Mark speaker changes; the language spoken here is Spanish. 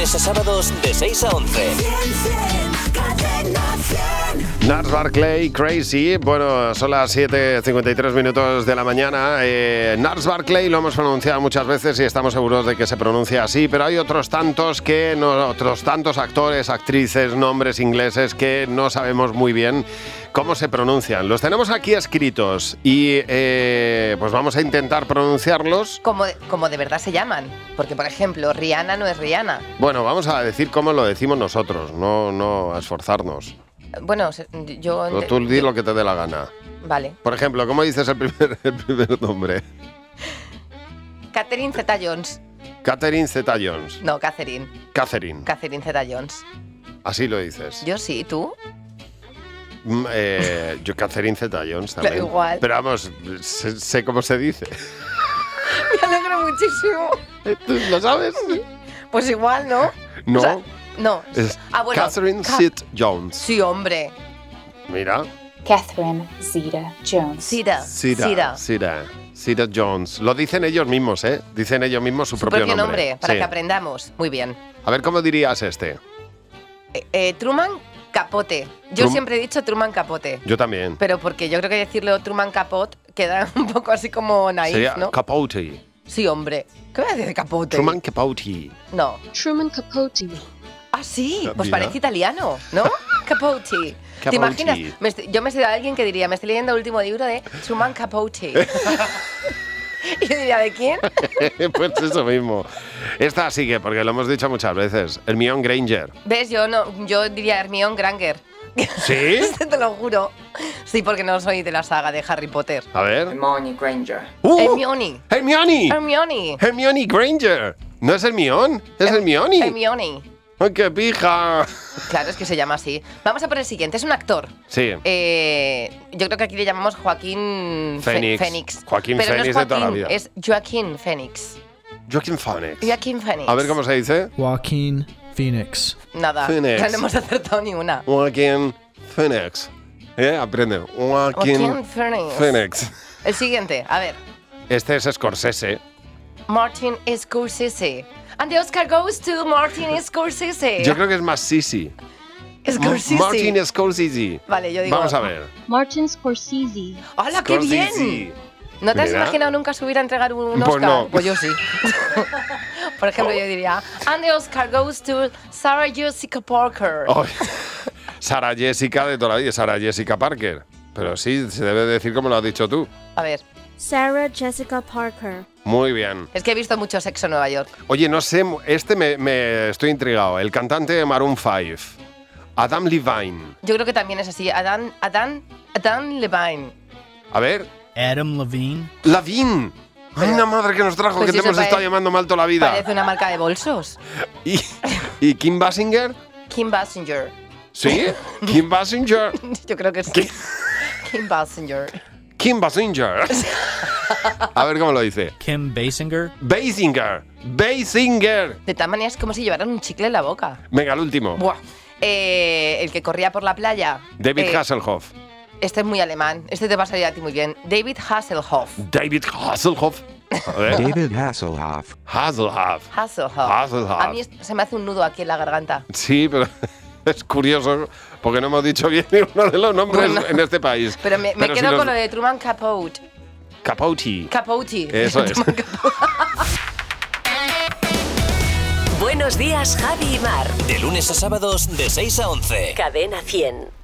Speaker 1: a sábados de 6 a 11.
Speaker 2: Nars Barclay, Crazy. Bueno, son las 7.53 minutos de la mañana. Eh, Nars Barclay lo hemos pronunciado muchas veces y estamos seguros de que se pronuncia así, pero hay otros tantos que no- otros tantos actores, actrices, nombres ingleses que no sabemos muy bien cómo se pronuncian. Los tenemos aquí escritos y eh, pues vamos a intentar pronunciarlos.
Speaker 3: Como, como de verdad se llaman. Porque, por ejemplo, Rihanna no es Rihanna.
Speaker 2: Bueno, vamos a decir cómo lo decimos nosotros, no, no a esforzarnos.
Speaker 3: Bueno, se- yo...
Speaker 2: Pero tú di lo que te dé la gana.
Speaker 3: Vale.
Speaker 2: Por ejemplo, ¿cómo dices el primer, el primer nombre?
Speaker 3: Catherine Zeta-Jones.
Speaker 2: Catherine Zeta-Jones.
Speaker 3: No, Catherine.
Speaker 2: Catherine.
Speaker 3: Catherine Zeta-Jones.
Speaker 2: Así lo dices.
Speaker 3: Yo sí, ¿y ¿tú?
Speaker 2: Mm, eh, yo Catherine Zeta-Jones
Speaker 3: Pero
Speaker 2: también.
Speaker 3: igual.
Speaker 2: Pero vamos, sé, sé cómo se dice.
Speaker 3: Me alegro muchísimo.
Speaker 2: ¿Tú ¿Lo sabes?
Speaker 3: Pues igual, ¿no?
Speaker 2: No.
Speaker 3: O sea, no.
Speaker 2: Es
Speaker 3: ah, bueno.
Speaker 2: Catherine
Speaker 3: Ca-
Speaker 2: Zeta-Jones.
Speaker 3: Sí, hombre.
Speaker 2: Mira.
Speaker 4: Catherine Zeta Jones.
Speaker 3: Sida.
Speaker 2: Sira.
Speaker 3: Sida.
Speaker 2: Sira. Sira Jones. Lo dicen ellos mismos, ¿eh? Dicen ellos mismos su,
Speaker 3: Su propio nombre, para
Speaker 2: Sí.
Speaker 3: que aprendamos. Muy bien.
Speaker 2: A ver, ¿cómo dirías este?
Speaker 3: Eh, eh, Truman Capote. Yo
Speaker 2: Trum-
Speaker 3: siempre he dicho Truman Capote.
Speaker 2: Yo también.
Speaker 3: Pero porque yo creo que decirle Truman Capote queda un poco así como naif,
Speaker 2: Sería
Speaker 3: ¿no?
Speaker 2: Capote.
Speaker 3: Sí, hombre. ¿Qué voy a decir de Capote?
Speaker 2: Truman Capote.
Speaker 3: No.
Speaker 5: Truman Capote.
Speaker 3: Ah, sí.
Speaker 2: Ah,
Speaker 3: Pues
Speaker 2: mira.
Speaker 3: parece italiano, ¿no? Capote.
Speaker 2: Capote.
Speaker 3: ¿Te imaginas? Me estoy- yo me sé de alguien que diría, me estoy leyendo el último libro de Truman Capote. y yo diría, ¿de quién?
Speaker 2: pues eso mismo. Esta sigue, porque lo hemos dicho muchas veces. Hermione Granger.
Speaker 3: ¿Ves? Yo no, yo diría Hermione Granger.
Speaker 2: ¿Sí?
Speaker 3: Te lo juro. Sí, porque no soy de la saga de Harry Potter.
Speaker 2: A ver.
Speaker 6: Hermione Granger.
Speaker 2: ¡Uh!
Speaker 3: Hermione.
Speaker 2: Hermione.
Speaker 3: Hermione.
Speaker 2: Hermione Granger. No es Hermione, es Hermione.
Speaker 3: Hermione.
Speaker 2: ¡Ay, qué pija!
Speaker 3: Claro, es que se llama así. Vamos a por el siguiente. Es un actor.
Speaker 2: Sí.
Speaker 3: Eh, yo creo que aquí le llamamos Joaquín Fe-
Speaker 2: Fénix.
Speaker 3: Fénix.
Speaker 2: Joaquín
Speaker 3: Pero no
Speaker 2: Fénix
Speaker 3: es
Speaker 2: de toda la
Speaker 3: Joaquín,
Speaker 2: vida.
Speaker 3: Es Joaquín Fénix.
Speaker 2: Joaquin Phoenix.
Speaker 3: Joaquín Fénix.
Speaker 2: A ver cómo se dice.
Speaker 7: Joaquín Phoenix.
Speaker 3: Nada.
Speaker 2: Fénix.
Speaker 3: o sea, no hemos acertado ni una.
Speaker 2: Joaquin Phoenix. ¿Eh? Aprende. Joaquin
Speaker 3: Joaquin Phoenix.
Speaker 2: Phoenix.
Speaker 3: El siguiente. A ver.
Speaker 2: Este es Scorsese.
Speaker 3: Eh. Martin Scorsese. And the Oscar goes to Martin Scorsese.
Speaker 2: Yo creo que es más Sisi.
Speaker 3: Scorsese.
Speaker 2: Martin Scorsese.
Speaker 3: Vale, yo digo-
Speaker 2: Vamos a ver.
Speaker 5: Martin Scorsese.
Speaker 3: ¡Hala, qué bien!
Speaker 2: Scorsese.
Speaker 3: ¿No te has
Speaker 2: Mira.
Speaker 3: imaginado nunca subir a entregar un
Speaker 2: Pues
Speaker 3: Oscar?
Speaker 2: no.
Speaker 3: yo sí. Por ejemplo, yo diría, and the Oscar goes to Sarah Jessica Parker.
Speaker 2: Oh, Sara Jessica de toda la vida, Sara Jessica Parker. Pero sí, se debe decir como lo has dicho tú.
Speaker 3: A ver,
Speaker 8: Sarah Jessica Parker.
Speaker 2: Muy bien.
Speaker 3: es que he visto mucho sexo en Nueva York.
Speaker 2: Oye, no sé, este me, me estoy intrigado. El cantante de Maroon 5, Adam Levine.
Speaker 3: Yo creo que también es así. Adán, Adán, Adán Levine.
Speaker 2: A ver,
Speaker 7: Adam Levine.
Speaker 2: Levine. Ay, la madre que nos trajo,
Speaker 3: Pues
Speaker 2: que te
Speaker 3: sí, eso
Speaker 2: hemos estado
Speaker 3: parece-
Speaker 2: llamando mal toda la vida.
Speaker 3: Parece una marca de bolsos.
Speaker 2: ¿Y, y Kim Basinger?
Speaker 3: Kim Basinger.
Speaker 2: ¿Sí? Kim Basinger.
Speaker 3: Yo creo que sí. Kim Basinger.
Speaker 2: Kim Basinger. A ver cómo lo dice.
Speaker 7: Kim Basinger.
Speaker 2: Basinger. Basinger.
Speaker 3: De tal manera es como si llevaran un chicle en la boca.
Speaker 2: Venga, el último.
Speaker 3: Buah. Eh, el que corría por la playa.
Speaker 2: David
Speaker 3: Eh,
Speaker 2: Hasselhoff.
Speaker 3: Este es muy alemán. Este te va a salir a ti muy bien. David Hasselhoff.
Speaker 2: David Hasselhoff. A ver.
Speaker 9: David Hasselhoff.
Speaker 2: Hasselhoff.
Speaker 3: Hasselhoff.
Speaker 2: Hasselhoff.
Speaker 3: A mí es- se me hace un nudo aquí en la garganta.
Speaker 2: Sí, pero es curioso porque no hemos dicho bien ninguno de los nombres
Speaker 3: Bueno.
Speaker 2: en este país.
Speaker 3: Pero me, me
Speaker 2: Pero si
Speaker 3: quedo
Speaker 2: los-
Speaker 3: con lo de Truman Capote.
Speaker 2: Capote.
Speaker 3: Capote.
Speaker 2: Eso es.
Speaker 3: Truman Capote.
Speaker 10: Buenos días, Javi y Mar.
Speaker 1: De lunes a sábados de 6 a 11.
Speaker 10: Cadena 100.